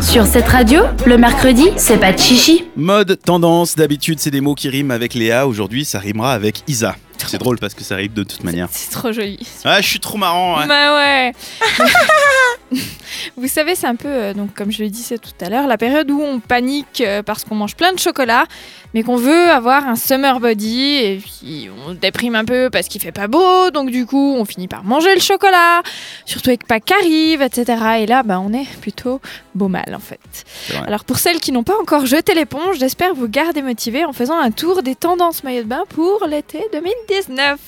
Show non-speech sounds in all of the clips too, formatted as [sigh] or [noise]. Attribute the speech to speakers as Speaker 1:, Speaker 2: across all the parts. Speaker 1: Sur cette radio, le mercredi, c'est pas de chichi.
Speaker 2: Mode, tendance, d'habitude c'est des mots qui riment avec Léa, aujourd'hui ça rimera avec Isa. C'est drôle parce que ça rime de toute manière.
Speaker 3: C'est trop joli.
Speaker 2: Ah, je suis trop marrant. hein.
Speaker 3: Bah ouais. [laughs] Vous savez, c'est un peu, euh, donc comme je le disais tout à l'heure, la période où on panique euh, parce qu'on mange plein de chocolat, mais qu'on veut avoir un summer body, et puis on déprime un peu parce qu'il fait pas beau, donc du coup on finit par manger le chocolat, surtout avec Pâques qui arrive, etc. Et là, bah, on est plutôt beau mal en fait.
Speaker 2: C'est vrai.
Speaker 3: Alors pour celles qui n'ont pas encore jeté l'éponge, j'espère vous garder motivés en faisant un tour des tendances maillot de bain pour l'été 2019.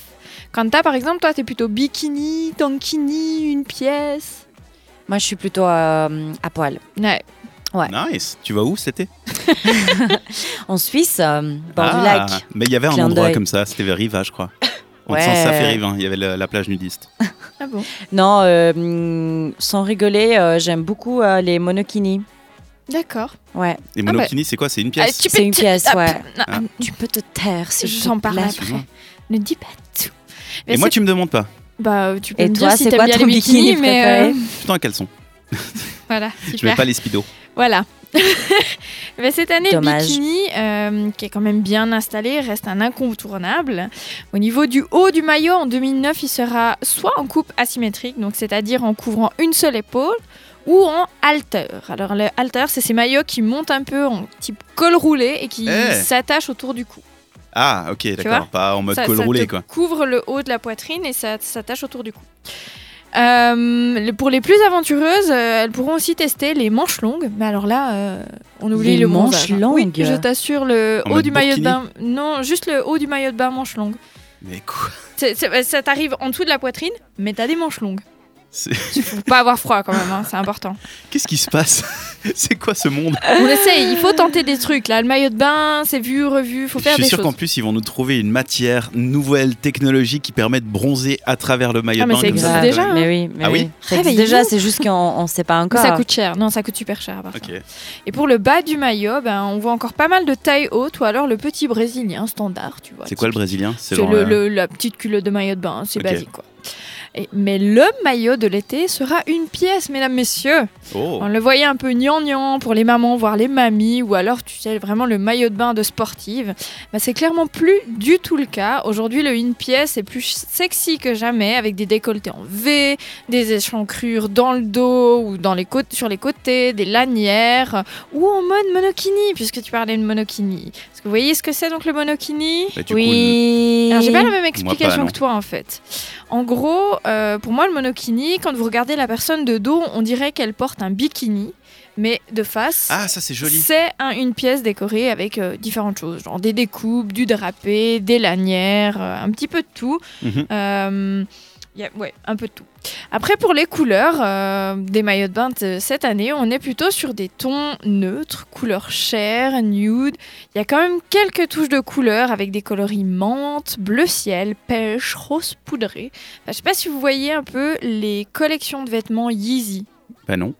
Speaker 3: Kanta, par exemple, toi, t'es plutôt bikini, tankini, une pièce.
Speaker 4: Moi, je suis plutôt euh, à poil.
Speaker 3: Ouais.
Speaker 2: Nice. Tu vas où c'était
Speaker 4: En Suisse, euh, bord du
Speaker 2: Ah,
Speaker 4: lac.
Speaker 2: Mais il y avait un
Speaker 4: Clin
Speaker 2: endroit
Speaker 4: d'œil.
Speaker 2: comme ça, c'était vers Riva, je crois. On
Speaker 4: Ouais.
Speaker 2: sent ça fait Riva, hein. il y avait la, la plage nudiste.
Speaker 3: Ah bon
Speaker 4: Non, euh, hum, sans rigoler, euh, j'aime beaucoup euh, les monokinis.
Speaker 3: D'accord.
Speaker 4: Ouais,
Speaker 2: Et
Speaker 3: bah.
Speaker 2: monokini, c'est quoi C'est une
Speaker 3: Allez,
Speaker 2: pièce
Speaker 3: tu peux
Speaker 4: c'est une
Speaker 3: te-
Speaker 4: pièce,
Speaker 3: Ah,
Speaker 4: ouais.
Speaker 3: non,
Speaker 2: Ah.
Speaker 4: Tu peux te taire si
Speaker 3: J'en parle après.
Speaker 2: Excuse-moi.
Speaker 3: Ne dis pas tout. Mais
Speaker 2: Et moi,
Speaker 3: c'est-
Speaker 2: tu me demandes pas.
Speaker 3: bah, tu peux
Speaker 4: Et
Speaker 3: me
Speaker 4: toi,
Speaker 3: dire si
Speaker 4: c'est
Speaker 3: t'aimes
Speaker 4: quoi
Speaker 3: bien
Speaker 4: ton
Speaker 3: les bikinis,
Speaker 4: bikini
Speaker 3: mais euh,
Speaker 4: préféré
Speaker 2: Plutôt un caleçon.
Speaker 3: voilà,
Speaker 2: Je mets
Speaker 3: super.
Speaker 2: pas les speedos.
Speaker 3: Voilà. [laughs] Mais cette année,
Speaker 4: Dommage.
Speaker 3: le bikini, euh, qui est quand même bien installé, reste un incontournable. Au niveau du haut du maillot, en 2009, il sera soit en coupe asymétrique, donc c'est-à-dire en couvrant une seule épaule, ou en halter. Alors le halter, c'est ces maillots qui montent un peu en type col roulé et qui
Speaker 2: Eh.
Speaker 3: s'attachent autour du cou.
Speaker 2: Ah, ok, d'accord.
Speaker 3: vois
Speaker 2: Pas en mode
Speaker 3: ça,
Speaker 2: col
Speaker 3: ça
Speaker 2: roulé,
Speaker 3: te
Speaker 2: quoi.
Speaker 3: couvre le haut de la poitrine et ça s'attache autour du cou. Euh, le- pour les plus aventureuses, euh, elles pourront aussi tester les manches longues. Mais alors là, euh, on oublie
Speaker 4: Les
Speaker 3: le
Speaker 4: manches
Speaker 3: bronzage, hein. Oui,
Speaker 4: longues.
Speaker 3: je t'assure, le
Speaker 2: En
Speaker 3: haut
Speaker 2: mode
Speaker 3: du maillot de
Speaker 2: burkini.
Speaker 3: bain. Non, juste le haut du maillot de bain manches longues.
Speaker 2: Mais quoi
Speaker 3: C'est- c'est- ça t'arrive en dessous de la poitrine, mais t'as des manches longues. [laughs]
Speaker 2: C'est-
Speaker 3: Faut pas avoir froid quand même, hein, c'est important.
Speaker 2: Qu'est-ce qui se passe [laughs] C'est quoi ce monde
Speaker 3: On essaye, il faut tenter des trucs. Là, le maillot de bain, c'est vu, revu, faut
Speaker 2: Je
Speaker 3: faire
Speaker 2: suis
Speaker 3: des
Speaker 2: sûr qu'en
Speaker 3: choses.
Speaker 2: plus, ils vont nous trouver une matière nouvelle, technologie qui permet de bronzer à travers le maillot
Speaker 3: Ah,
Speaker 2: de
Speaker 3: mais
Speaker 2: bain.
Speaker 3: ça
Speaker 2: comme
Speaker 3: existe
Speaker 2: ça.
Speaker 3: déjà, hein.
Speaker 4: Mais oui, mais
Speaker 2: Ah oui
Speaker 4: oui. Ça existe
Speaker 3: Réveillez-vous.
Speaker 4: déjà, c'est juste qu'on ne sait pas
Speaker 3: Mais
Speaker 4: encore.
Speaker 3: ça coûte cher. Non, ça coûte super cher. à part ça.
Speaker 2: Ok.
Speaker 3: Et pour le bas du maillot, ben, on voit encore pas mal de taille haute ou alors le petit brésilien standard, tu vois.
Speaker 2: C'est quoi le
Speaker 3: typique.
Speaker 2: brésilien
Speaker 3: C'est
Speaker 2: genre,
Speaker 3: le-
Speaker 2: euh,
Speaker 3: le- la petite culotte de maillot de bain, hein, c'est
Speaker 2: Ok.
Speaker 3: basique quoi. Et- mais le maillot de l'été sera une pièce, mesdames, messieurs.
Speaker 2: Oh.
Speaker 3: On le voyait un peu gnangnan pour les mamans, voire les mamies, ou alors tu sais vraiment le maillot de bain de sportive. Bah, c'est clairement plus du tout le cas. Aujourd'hui, le une pièce est plus sexy que jamais, avec des décolletés en V, des échancrures dans le dos ou dans les côtes, sur les côtés, des lanières, euh, ou en mode monokini, puisque tu parlais de monokini. Est-ce que vous voyez ce que c'est donc le monokini
Speaker 2: Bah, du coup,
Speaker 4: Oui.
Speaker 3: alors, j'ai pas la même
Speaker 2: pas,
Speaker 3: explication
Speaker 2: non.
Speaker 3: que toi en fait. En gros, euh, pour moi, le monokini, quand vous regardez la personne de dos, on dirait qu'elle porte un bikini, mais de face,
Speaker 2: Ah, ça c'est joli.
Speaker 3: c'est un- une pièce décorée avec euh, différentes choses, genre des découpes, du drapé, des lanières, euh, un petit peu de tout.
Speaker 2: Mhm.
Speaker 3: Euh, y a- ouais, un peu de tout. Après, pour les couleurs euh, des maillots de bain de cette année, on est plutôt sur des tons neutres, couleurs chair, nude. Il y a quand même quelques touches de couleurs avec des coloris menthe, bleu ciel, pêche, rose poudré. Enfin, je sais pas si vous voyez un peu les collections de vêtements Yeezy.
Speaker 2: Bah non.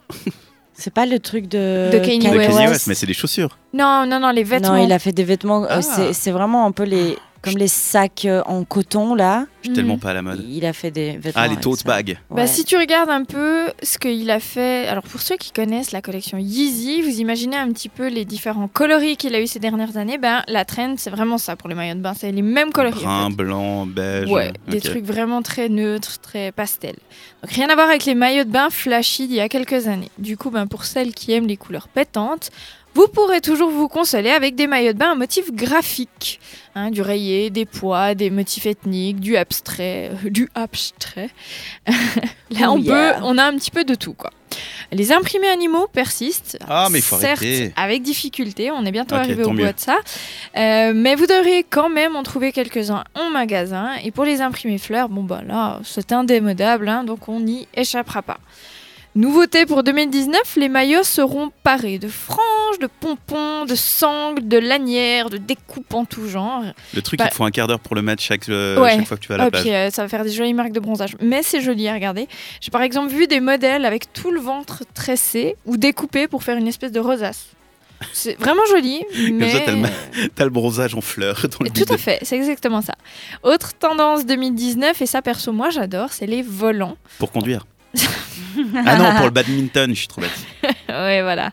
Speaker 4: C'est pas le truc de,
Speaker 3: De Kanye
Speaker 2: De
Speaker 3: Ah Ouais,
Speaker 2: Kanye
Speaker 3: ouais.
Speaker 2: West, mais c'est des chaussures.
Speaker 3: Non, non, non, les vêtements.
Speaker 4: Non, il a fait des vêtements. euh,
Speaker 2: Ah.
Speaker 4: c'est- C'est vraiment un peu les, comme les sacs euh, en coton, là.
Speaker 2: Je suis tellement
Speaker 3: Hmm.
Speaker 2: pas à la mode.
Speaker 4: Il a fait des vêtements.
Speaker 2: Ah, les
Speaker 4: avec
Speaker 2: tote
Speaker 4: ça.
Speaker 2: bags.
Speaker 3: Bah,
Speaker 4: Ouais.
Speaker 3: si tu regardes un peu ce qu'il a fait, alors pour ceux qui connaissent la collection Yeezy, vous imaginez un petit peu les différents coloris qu'il a eu ces dernières années. Ben, la trend, c'est vraiment ça pour les maillots de bain, c'est les mêmes coloris. en
Speaker 2: Brun,
Speaker 3: fait.
Speaker 2: blanc, beige.
Speaker 3: Ouais,
Speaker 2: euh, ok.
Speaker 3: des trucs vraiment très neutres, très pastel. Donc rien à voir avec les maillots de bain flashy d'il y a quelques années. Du coup, ben, pour celles qui aiment les couleurs pétantes, vous pourrez toujours vous consoler avec des maillots de bain à motif graphique. Hein, du rayé, des poids, des motifs ethniques, du abstrait, euh, du abstrait. [laughs] Là,
Speaker 4: Oh
Speaker 3: on,
Speaker 4: yeah.
Speaker 3: peut, on a un petit peu de tout, quoi. Les imprimés animaux persistent.
Speaker 2: Ah, mais faut
Speaker 3: certes,
Speaker 2: arrêter.
Speaker 3: avec difficulté. On est bientôt
Speaker 2: Ok,
Speaker 3: arrivé au
Speaker 2: tant
Speaker 3: bout
Speaker 2: mieux.
Speaker 3: de ça. Euh, mais vous devriez quand même en trouver quelques-uns en magasin. Et pour les imprimés fleurs, bon bah là, c'est indémodable, hein, donc on n'y échappera pas. Nouveauté pour 2019, les maillots seront parés de franges, de pompons, de sangles, de lanières, de découpes en tout genre.
Speaker 2: Le truc,
Speaker 3: Bah-
Speaker 2: il te faut un quart d'heure pour le match chaque, euh,
Speaker 3: Ouais.
Speaker 2: chaque fois que tu vas à la
Speaker 3: Ah,
Speaker 2: plage.
Speaker 3: puis euh, ça va faire des jolies marques de bronzage. Mais c'est joli à regarder. J'ai par exemple vu des modèles avec tout le ventre tressé ou découpé pour faire une espèce de rosace. C'est vraiment
Speaker 2: [laughs]
Speaker 3: joli, mais...
Speaker 2: ça, t'as le ma- [laughs] T'as le bronzage en fleurs dans le
Speaker 3: Tout
Speaker 2: bidet.
Speaker 3: à fait, c'est exactement ça. Autre tendance 2019, et ça perso moi j'adore, c'est les volants. [laughs] [laughs]
Speaker 2: Pour conduire. ah non, pour le badminton, je suis trop bête.
Speaker 3: ouais, voilà.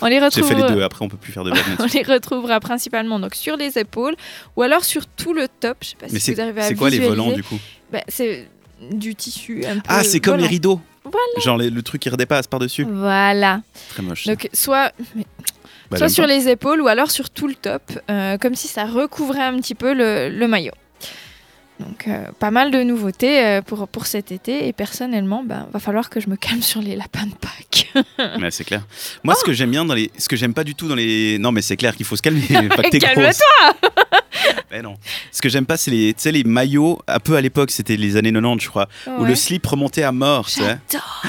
Speaker 3: On les
Speaker 2: J'ai
Speaker 3: retrouve.
Speaker 2: fait les deux, hein. après on peut plus faire de blagues
Speaker 3: [laughs] On
Speaker 2: là-dessus.
Speaker 3: les retrouvera principalement donc sur les épaules ou alors sur tout le top. Je sais pas
Speaker 2: Mais
Speaker 3: si
Speaker 2: c'est
Speaker 3: vous arrivez à
Speaker 2: c'est quoi les
Speaker 3: visualiser.
Speaker 2: volants du coup
Speaker 3: Bah, C'est du tissu un peu.
Speaker 2: Ah, c'est comme les
Speaker 3: volant.
Speaker 2: rideaux.
Speaker 3: Voilà.
Speaker 2: Genre les- le truc qui redépasse par-dessus.
Speaker 3: Voilà.
Speaker 2: Très moche.
Speaker 3: Donc soit,
Speaker 2: Bah,
Speaker 3: soit
Speaker 2: j'aime
Speaker 3: sur
Speaker 2: pas.
Speaker 3: les épaules ou alors sur tout le top, euh, comme si ça recouvrait un petit peu le, le maillot. Donc euh, pas mal de nouveautés euh, pour, pour cet été et personnellement, ben va falloir que je me calme sur les lapins de Pâques.
Speaker 2: Mais c'est clair. Moi,
Speaker 3: Oh.
Speaker 2: ce que j'aime bien dans les. Ce que j'aime pas du tout dans les. Non, mais c'est clair qu'il faut se calmer. [laughs] pas
Speaker 3: [laughs]
Speaker 2: que t'es
Speaker 3: Calme-toi.
Speaker 2: grosse. Mais non. Ce que j'aime pas, c'est les, tu sais, les maillots. Un peu à l'époque, c'était les années 90, je crois. Où le
Speaker 3: Ouais.
Speaker 2: slip remontait à mort, tu sais.
Speaker 3: J'adore,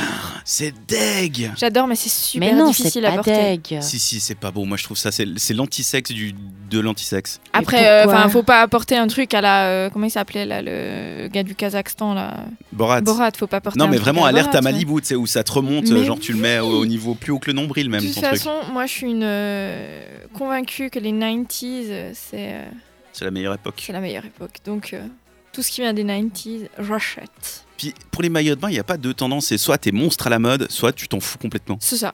Speaker 2: C'est deg
Speaker 3: J'adore, mais c'est
Speaker 4: Mais
Speaker 3: super
Speaker 4: non, c'est
Speaker 3: difficile à
Speaker 4: pas
Speaker 3: porter.
Speaker 4: deg.
Speaker 2: Si, si, c'est pas beau. Moi, je trouve ça. C'est c'est l'antisexe du... de l'antisexe.
Speaker 4: Mais
Speaker 3: Après, euh,
Speaker 4: pourquoi
Speaker 3: enfin, faut pas apporter un truc à la euh, comment il s'appelait là, le gars du Kazakhstan là,
Speaker 2: Borat.
Speaker 3: Borat, faut pas porter.
Speaker 2: Non,
Speaker 3: un
Speaker 2: mais
Speaker 3: truc
Speaker 2: vraiment, alerte
Speaker 3: Borat,
Speaker 2: à
Speaker 3: mais-
Speaker 2: Malibu, tu sais, où ça te remonte.
Speaker 3: Mais
Speaker 2: genre, tu le mets au, au niveau plus haut que le nombril, même,
Speaker 3: De toute
Speaker 2: ton truc.
Speaker 3: façon, moi, je suis une euh, convaincue que les 90s, euh, c'est euh,
Speaker 2: C'est la meilleure époque.
Speaker 3: c'est la meilleure époque. Donc, euh, tout ce qui vient des 90s, j'achète.
Speaker 2: Puis, pour les maillots de bain, il n'y a pas deux tendances. C'est soit t'es monstre à la mode, soit tu t'en fous complètement.
Speaker 3: C'est ça.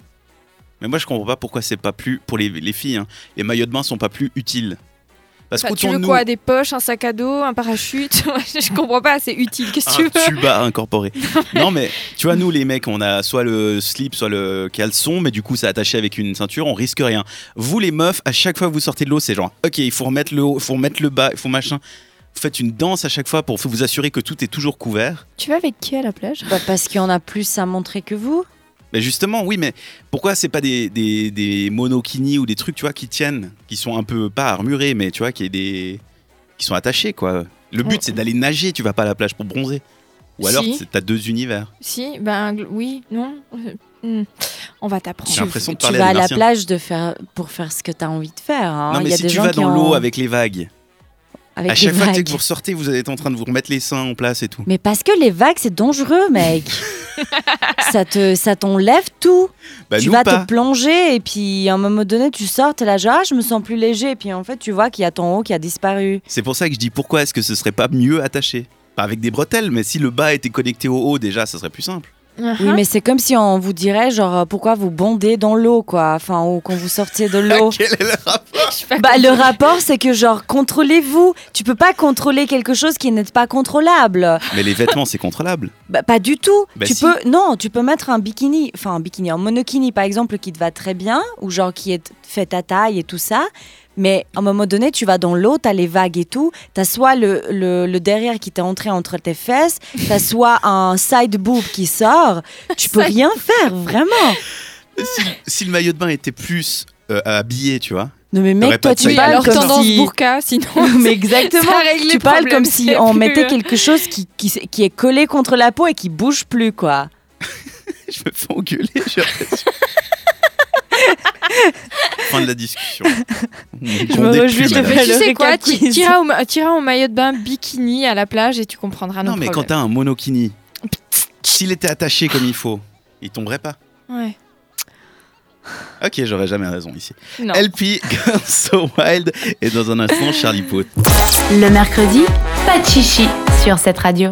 Speaker 2: Mais moi, je comprends pas pourquoi c'est pas plus. Pour les, les filles, hein, les maillots de bain sont pas plus utiles. Parce que
Speaker 3: Enfin, Bah, tu veux quoi Des poches, un sac à dos, un parachute [laughs] Je comprends pas, c'est utile. Qu'est-ce que tu
Speaker 2: un
Speaker 3: veux
Speaker 2: tuba
Speaker 3: [laughs]
Speaker 2: incorporé. non mais tu vois nous les mecs on a soit le slip soit le caleçon mais du coup c'est attaché avec une ceinture on risque rien. Vous les meufs à chaque fois que vous sortez de l'eau c'est genre ok il faut remettre le haut, il faut remettre le bas, il faut machin. Vous faites une danse à chaque fois pour vous assurer que tout est toujours couvert.
Speaker 3: Tu vas avec qui à la plage
Speaker 4: Bah, parce qu'il y en a plus à montrer que vous.
Speaker 2: Mais justement oui mais pourquoi c'est pas des, des, des monokinis ou des trucs tu vois qui tiennent, qui sont un peu pas armurés mais tu vois qui est des qui sont attachés quoi. Le
Speaker 4: Mm.
Speaker 2: but c'est d'aller nager tu vas pas à la plage pour bronzer. Ou alors
Speaker 3: Si.
Speaker 2: c'est- t'as deux univers.
Speaker 3: Si, ben gl- oui, non. euh, hmm. On va t'apprendre.
Speaker 2: J'ai l'impression de
Speaker 4: Tu
Speaker 2: parler
Speaker 4: vas
Speaker 2: à
Speaker 4: à
Speaker 2: des
Speaker 4: la
Speaker 2: martiens.
Speaker 4: plage de faire, pour faire ce que tu as envie de faire. hein.
Speaker 2: Non,
Speaker 4: Il
Speaker 2: mais
Speaker 4: y a
Speaker 2: si
Speaker 4: des
Speaker 2: tu
Speaker 4: gens
Speaker 2: vas
Speaker 4: qui
Speaker 2: dans
Speaker 4: en-
Speaker 2: l'eau avec les vagues,
Speaker 4: avec
Speaker 2: à
Speaker 4: les
Speaker 2: chaque fois dès
Speaker 4: vagues.
Speaker 2: que vous ressortez, vous êtes en train de vous remettre les seins en place et tout.
Speaker 4: Mais parce que les vagues, c'est dangereux,
Speaker 2: [laughs]
Speaker 4: mec. ça te, ça t'enlève tout.
Speaker 2: Bah,
Speaker 4: tu
Speaker 2: nous,
Speaker 4: vas
Speaker 2: pas.
Speaker 4: te plonger et puis à un moment donné, tu sors, t'es là, genre, Ah, je me sens plus léger. Et puis en fait, tu vois qu'il y a ton haut qui a disparu.
Speaker 2: C'est pour ça que je dis pourquoi est-ce que ce serait pas mieux attaché Pas avec des bretelles, mais si le bas était connecté au haut, déjà, ça serait plus simple.
Speaker 3: Ah,
Speaker 4: Oui, mais c'est comme si on vous dirait, genre, euh, pourquoi vous bondez dans l'eau, quoi. Enfin, ou quand vous sortiez
Speaker 2: [laughs]
Speaker 4: de l'eau.
Speaker 2: Quel est le
Speaker 4: [laughs]
Speaker 2: rapport
Speaker 3: je [laughs] sais pas
Speaker 4: Bah,
Speaker 3: comment-
Speaker 4: le rapport, c'est que, genre, contrôlez-vous. Tu peux pas contrôler quelque chose qui n'est pas contrôlable.
Speaker 2: Mais les vêtements, c'est contrôlable.
Speaker 4: Bah, pas du tout.
Speaker 2: Bah
Speaker 4: tu
Speaker 2: si.
Speaker 4: peux non, tu peux mettre un bikini, enfin un bikini, un monokini par exemple qui te va très bien ou genre qui est fait ta taille et tout ça. Mais à un moment donné, tu vas dans l'eau, t'as les vagues et tout, t'as soit le, le, le derrière qui t'est entré entre tes fesses,
Speaker 3: [laughs]
Speaker 4: t'as soit un side boob qui sort, tu peux
Speaker 3: Side
Speaker 4: rien faire, vraiment.
Speaker 2: si, si le maillot de bain était plus euh, habillé, tu vois. [laughs]
Speaker 4: Non mais
Speaker 2: T'aurais
Speaker 4: mec,
Speaker 2: pas de
Speaker 4: toi tu
Speaker 2: side
Speaker 3: Oui,
Speaker 4: parles
Speaker 3: alors
Speaker 4: comme
Speaker 3: tendance
Speaker 4: si...
Speaker 3: burqa, sinon.
Speaker 4: [laughs] mais exactement,
Speaker 3: ça règle les
Speaker 4: tu parles
Speaker 3: problèmes,
Speaker 4: comme si
Speaker 3: c'est [laughs]
Speaker 4: on
Speaker 3: plus,
Speaker 4: mettait
Speaker 3: euh.
Speaker 4: quelque chose qui, qui, s- qui est collé contre la peau et qui bouge plus quoi.
Speaker 2: Je me fais engueuler, j'ai l'impression. fin de la discussion. Je
Speaker 4: me réjouis de
Speaker 3: Mais tu
Speaker 4: Le
Speaker 3: sais quoi,
Speaker 4: récap
Speaker 3: tu-
Speaker 4: quiz.
Speaker 3: t'iras au, t'iras au maillot de bain bikini à la plage et tu comprendras nos
Speaker 2: Non, mais quand
Speaker 3: problèmes.
Speaker 2: t'as un monokini, s'il était attaché comme il faut, il tomberait pas.
Speaker 3: Ouais.
Speaker 2: Ok, j'aurais jamais raison ici. [laughs]
Speaker 3: Non.
Speaker 2: LP, Girls So Wild, et dans un instant, Charlie Poe.
Speaker 1: Le mercredi, pas de chichi sur cette radio.